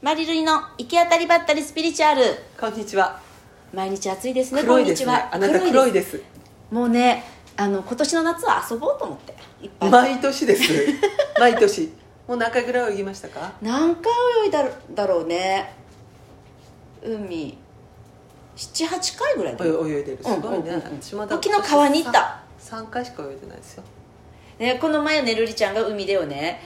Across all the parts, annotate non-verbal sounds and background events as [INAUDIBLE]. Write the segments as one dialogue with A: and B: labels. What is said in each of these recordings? A: マリルリの行き当たりばったりスピリチュアル
B: こんにちは。
A: 毎日暑いですね
B: 黒い
A: こん
B: で
A: にち
B: すね
A: は。
B: あなた黒い
A: で
B: です。
A: すもうねあの今年の夏は遊ぼうと思っていっぱい
B: 毎
A: [LAUGHS]
B: 年です。毎年。もう何回ぐらい泳ぎましたか。
A: 何回泳いだろだろうね海78回ぐらいだよ
B: 泳いでる。すごい
A: うんうんうんうん
B: ね。私まだ
A: 昨日川に行った、
B: 三回しか泳いでないですよ。
A: ね、この前ねるりちゃんが海でよね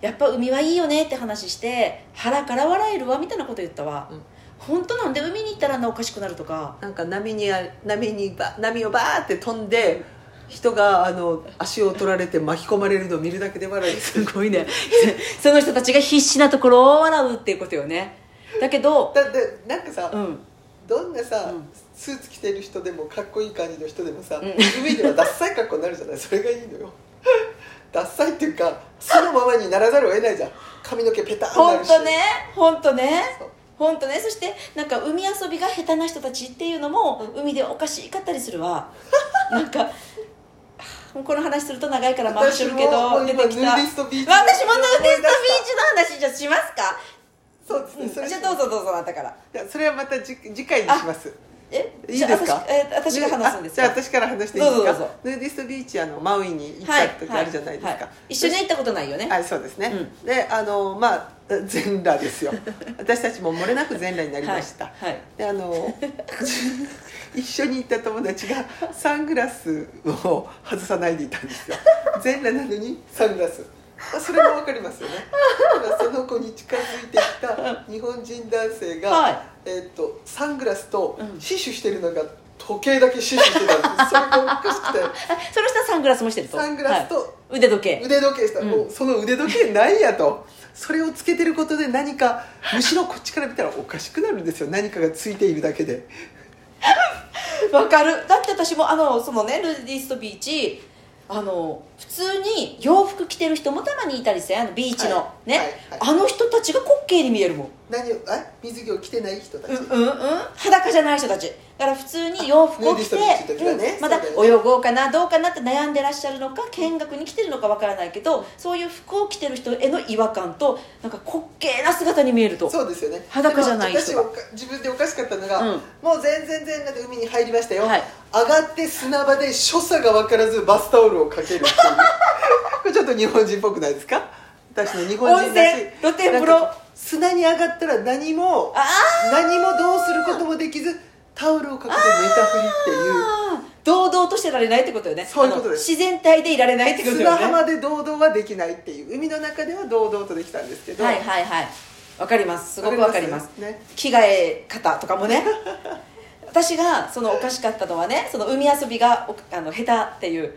A: やっぱ海はいいよねって話して腹から笑えるわみたいなこと言ったわ、
B: うん
A: 本当なんで海に行ったらあんなおかしくなるとか
B: なんか波にあ波にば波をバーって飛んで人があの足を取られて巻き込まれるのを見るだけで笑いです。
A: [LAUGHS] すごいねその人たちが必死なところを笑うっていうことよねだけど
B: だってなんかさ、
A: うん
B: どんなさ、
A: うん
B: スーツ着てる人でもかっこいい感じの人でもさ、海ではダッサい格好になるじゃないそれがいい
A: [LAUGHS]
B: のよダッサいっていうかそのままにならざるを得ないじゃん髪の毛ペタンにな
A: 本
B: るし
A: 当ね本当ね
B: そう
A: 本当ねそしてなんか海遊びが下手な人たちっていうのも海でおかしいかったりする
B: [LAUGHS]
A: わなんかもうこの話すると長いから回しるけ
B: 私も
A: ど
B: もう
A: 出
B: 今
A: てきた
B: ヌーディストビーチ
A: 私もヌーディストビーチの話じゃあしますか
B: そうですね、それ
A: じゃあどうぞどうぞあなたから
B: いやそれはまた次次回にします
A: え
B: いいです
A: じゃあ
B: か
A: 私,、えー私が話すんですか
B: あじゃあ私から話していいです
A: ど
B: か
A: うぞどうぞ
B: ヌーディストビーチあのマウイに行っ
A: は
B: た
A: い
B: 時あるじゃないですか、
A: はは一緒に行ったことないよね
B: はい、そうですね、
A: う
B: であのまあ全裸です
A: [LAUGHS]
B: よ私たちも漏れなく全裸になりました、
A: はいはい
B: であの [LAUGHS] 一緒に行った友達がサングラスを外さないでいたんですよ全裸なのにサングラスまあそれもわかりますよねだからその子に近づいてきた日本人男性が、
A: はい
B: えーっとサングラスと
A: うん
B: 死守してるのが時計だけ死守してたんですそれがおかしくて
A: あ [LAUGHS] その人はサングラスもしてると
B: サングラスと
A: はい腕時計
B: 腕時計した、
A: うん
B: もうその腕時計ないやとそれをつけてることで何かむしろこっちから見たらおかしくなるんですよ何かがついているだけで
A: わかるだって私もあのそのねルーディストビーチあの普通に洋服着てる人もたまにいたりしてあのビーチの、
B: はい
A: ね、
B: はいはい
A: あの人たちが滑稽に見えるもん
B: 何をあ水着を着てない人たち、
A: うんうんうん裸じゃない人たちだから普通に洋服を着て
B: あ脱いできた時だね
A: うんまだ
B: そうだ
A: 泳
B: よ
A: ごうかなどうかなって悩んでらっしゃるのか見学に来てるのかわからないけどそういう服を着てる人への違和感となんか滑稽な姿に見えると
B: そうですよね
A: 裸じゃない人
B: で
A: が
B: も私おか自分でおかしかったのが、
A: うん
B: もう全然全裸で海に入りましたよ、
A: はい
B: 上がって砂場で所作が分からずバスタオルをかけるっていう [LAUGHS] これちょっと日本人っぽくないですか私の日本人らしい
A: 温泉露天風呂
B: なんか砂に上がったら何も
A: あ
B: 何もどうすることもできずタオルをかけて寝たふりっていう
A: あー堂々としてられないってことよね
B: そういうこと
A: あの
B: です
A: 自然体でいられないってことよね
B: 砂浜で堂々はできないっていう海の中では堂々とできたんですけど、
A: はいはいはいわかりますすごくわかります
B: わかりますね
A: 着替え方とかも
B: [LAUGHS]
A: ね私がそのおかしかったのはねその海遊びがおあの下手っていう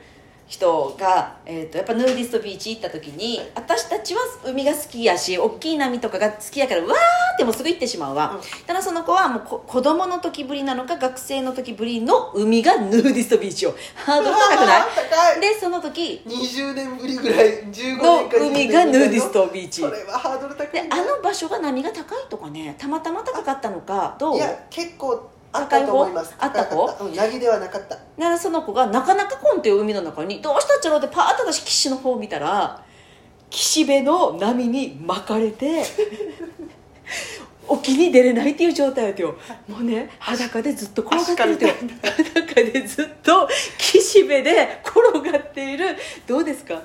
A: 人が、えー、とやっぱヌーディストビーチ行った時に、私たちは海が好きやし大きい波とかが好きやからわーってもうすぐ行ってしまうわ、
B: うん
A: ただその子はもうこ子供の時ぶりなのか学生の時ぶりの海がヌーディストビーチをハードル高く
B: [LAUGHS]
A: ない
B: あー高い
A: でその時
B: 20年ぶりぐらい15年
A: の
B: か20
A: 海が
B: 年ぶりぐ
A: ヌ
B: ら
A: ー
B: いの
A: ディストビーチ
B: それはハードル高
A: で
B: いな
A: あの場所が波が高いとかねたまたま高かったのかどう
B: いや結構あったと思います
A: 高い方
B: 高か
A: あった
B: たうんヤギではなかった
A: ならその子がなかなかコンっていう海の中にどうしたっちゃろうってパーッと私岸の方を見たら岸辺の波に巻かれて沖に出れないっていう状態だよもうね裸でずっと転がってるよ裸でずっと岸辺で転がっているどうですか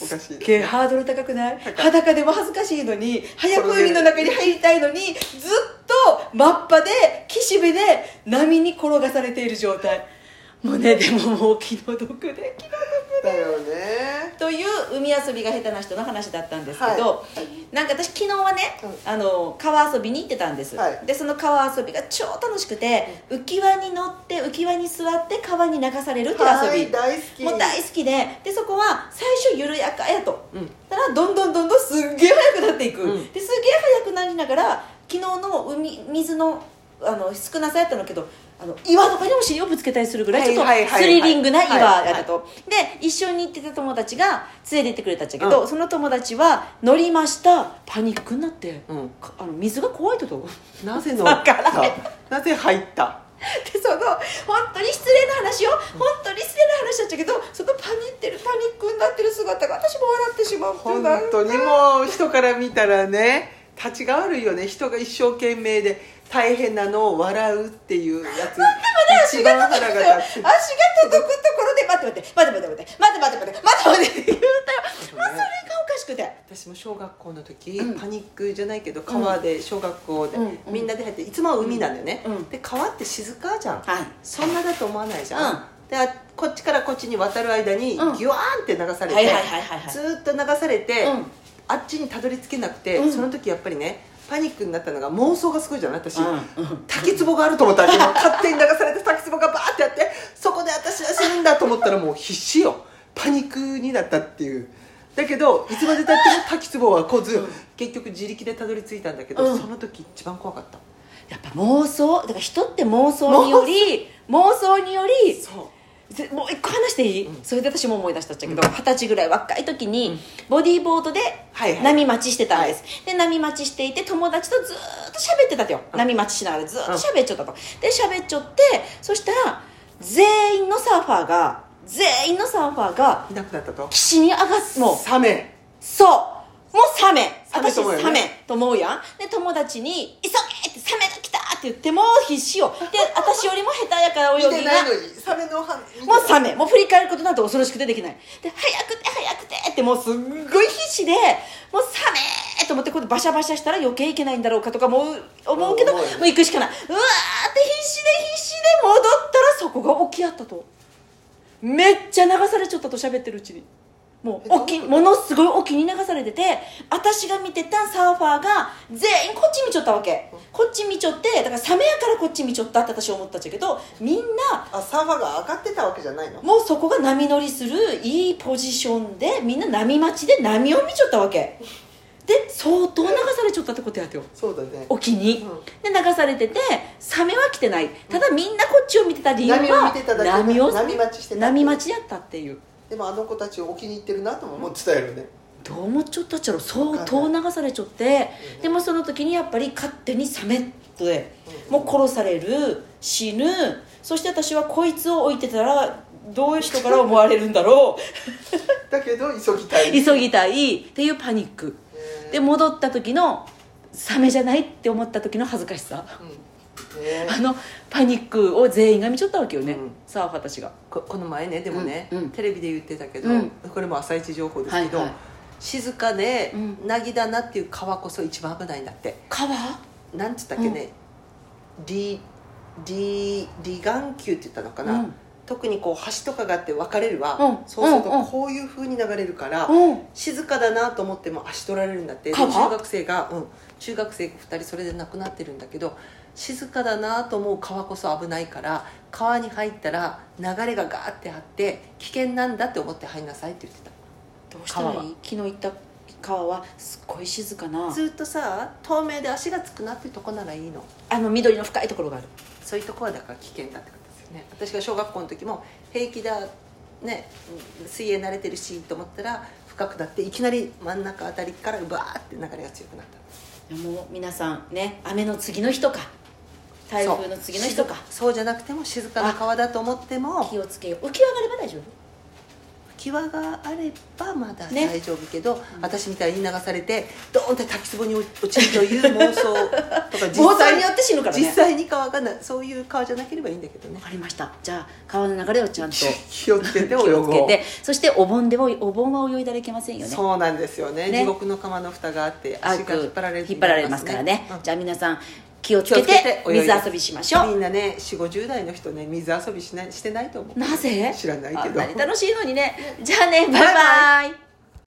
B: おかしい
A: けハードル高くない
B: 高い
A: 裸でも恥ずかしいのに早く海の中に入りたいのにずっと真っ裸で岸辺で波に転がされている状態もうねでももう気の毒で気の
B: だよね
A: という海遊びが下手な人の話だったんですけど、
B: はい
A: なんか私昨日はね、
B: う
A: あの川遊びに行ってたんです、
B: はい
A: でその川遊びが超楽しくて、浮き輪に乗って浮き輪に座って川に流されるっていう遊び、
B: はい大好き
A: もう大好きででそこは最初緩やかやと、
B: うん
A: たらどんどんどんどんすっげえ速くなっていく、
B: うん
A: ですげえ速くなりながら昨日の海水のあの少なさやったのけどあの岩とかにお尻をぶつけたりするぐらい
B: はい
A: ちょっ
B: はいはい
A: と
B: はい
A: スリリングな岩
B: はい
A: や
B: は
A: った
B: い
A: とで一緒に行ってた友達が連れて行ってくれたんだけど、その友達は乗りましたパニックになって、
B: うん
A: かあの水が怖いとと。
B: なぜの
A: わからない
B: なぜ入った
A: でその本当に失礼な話よ本当に失礼な話だったけどそのパニってるパニックになってる姿が私も笑ってしまうっていう
B: 本
A: な
B: 当にもう人から見たらね立ちが悪いよね人が一生懸命で大変なのを笑うっていうやつ一
A: 足
B: 番
A: が
B: 腹
A: 届く
B: が立
A: 足
B: つ
A: が届くところで待って待って待って待って待って待って待って待って待って待ってって言うたら、まあ、それがおかしくて
B: 私も小学校の時、
A: うん
B: パニックじゃないけど川で小学校で、
A: うん
B: みんなで入っていつもは海なんだよね、
A: うん
B: で川って静かじゃん、
A: はい
B: そんなだと思わないじゃん、
A: うん
B: であこっちからこっちに渡る間にギ
A: うん
B: ュワーンって流されて、
A: はいはいはいはいはい
B: ずーっと流されて、
A: うん
B: あっちにたどり着けなくて、
A: うん
B: その時やっぱりねパニックになったのが妄想がすごいじゃない私、
A: うんうん
B: 滝壺があると思ったわ
A: [LAUGHS]
B: けど勝手に流されて滝壺がバーってやってそこで私は死ぬんだと思ったらもう必死よパニックになったっていうだけどいつまでたっても滝壺は来ず、結局自力でたどり着いたんだけど、
A: うん
B: その時一番怖かった
A: やっぱ妄想だから人って妄想により妄想により
B: そう
A: ぜもう一個話していい、
B: うん
A: それで私も思い出したんだけど
B: う
A: 二十、歳ぐらい若い時に、
B: うん
A: ボディーボードで
B: はいはい
A: 波待ちしてたんです、で波待ちしていて友達とずーっと喋ってたとよ、
B: うん
A: 波待ちしながらずーっと喋っちゃったと、で喋っちゃってそしたら全員のサーファーが全員のサーファーが
B: いなくなったと
A: 岸に上がっもう
B: サメ
A: そうもうサメ
B: サメ
A: 私
B: と思うよね
A: サメと思うやんで友達に「急げ!」って「サメが来た!」って言ってもう必死よで私よりも下手やから
B: 見
A: 泳
B: て
A: ぎ
B: な
A: が
B: いのにサメのは見て
A: もうサメもう振り返ることなんて恐ろしくてできないで早くて早くてってもうすっごい必死でもうサメーと思ってこうやってバシャバシャしたら余計いけないんだろうかとかもう思うけども
B: 思う
A: う
B: よね
A: 行くしかないうわーって必死で必死で戻ったらそこが起きやったとめっちゃ流されちゃったと喋ってるうちにもう沖
B: えどういうこと
A: ものすごい沖に流されてて私が見てたサーファーが全員こっち見ちょったわけこっち見ちょってだからサメやからこっち見ちょったって私思ったんだけどみんな
B: あサーファーが上がってたわけじゃないの
A: もうそこが波乗りするいいポジションでみんな波待ちで波を見ちゃったわけで相当流されちゃったってことやってよ
B: そうだね
A: 沖に、
B: うん
A: で流されててサメは来てないただみんなこっちを見てた理由は
B: 波を見てただけで
A: 波を
B: 波待ちしてた
A: 波待ちやったっていう
B: でもあの子たち沖に行ってるなとも思ってたよね
A: どう思っちゃったっちゃろ相当流されちゃってでもその時にやっぱり勝手にサメってもう殺される死ぬそして私はこいつを置いてたらどういう人から思われるんだろう
B: だけど急ぎたい
A: 急ぎたいっていうパニック
B: えー
A: で戻った時のサメじゃないって思った時の恥ずかしさ
B: うんね
A: あのパニックを全員が見ちゃったわけよね、
B: うん
A: サーファーたちが
B: ここの前ねでもね、
A: うんうん
B: テレビで言ってたけど、
A: うん
B: これも朝一情報ですけど、
A: はいはい
B: 静かで
A: うん
B: なぎだなっていう川こそ一番危ないんだって
A: 川
B: なんつったっけね、離離離岸球って言ったのかな、
A: うん
B: 特にこう橋とかがあって分かれるわ、
A: うん
B: そうすると
A: うんうん
B: こういうふうに流れるから、
A: うん
B: 静かだなと思っても足取られるんだってで中
A: 川
B: 学生が、うん、中学生2人それで亡くなってるんだけど静かだなと思う川こそ危ないから川に入ったら流れがガーってあって危険なんだって思って入んなさいって言ってた
A: どうしたらいい
B: 川は
A: 昨日行った川はすっごい静かな
B: ずっとさ透明で足がつくなってとこならいいの
A: あの緑の深いところがある
B: そういうとこはだから危険だってことですよね私が小学校の時も平気だね水泳慣れてるしと思ったら深くなっていきなり真ん中あたりからバーって流れが強くなった
A: いやもう皆さんね雨の次の日とか台風の次の日とか
B: そう静そうじゃなくても静かな川だと思っても
A: 気をつけよう浮き上がれば大丈夫
B: 際があればまだ
A: ね
B: 大丈夫けど、私みたいに流されてドーンって滝壺に落ちるという妄想とか
A: [LAUGHS] 妄想によって死ぬからね
B: 実際に川がなそういう川じゃなければいいんだけどね
A: わかりましたじゃあ川の流れをちゃんと
B: 気をつけて泳
A: 気
B: ごう
A: をつけてそしてお盆でもお盆は泳いだらいけませんよね
B: そうなんですよね
A: ね
B: 地獄の釜の蓋があって
A: あ
B: 足が引っ張られる
A: 引っ張られますからね、
B: うん
A: じゃあ皆さん気をつけ
B: 気をつけ
A: て
B: て泳いで
A: 水遊びしましょ
B: み
A: うん
B: なね4 5 0代の人ね水遊びしないしてないと思う
A: なぜ
B: 知らない
A: あ
B: けど
A: んなに楽しいのにねじゃあねバイバイ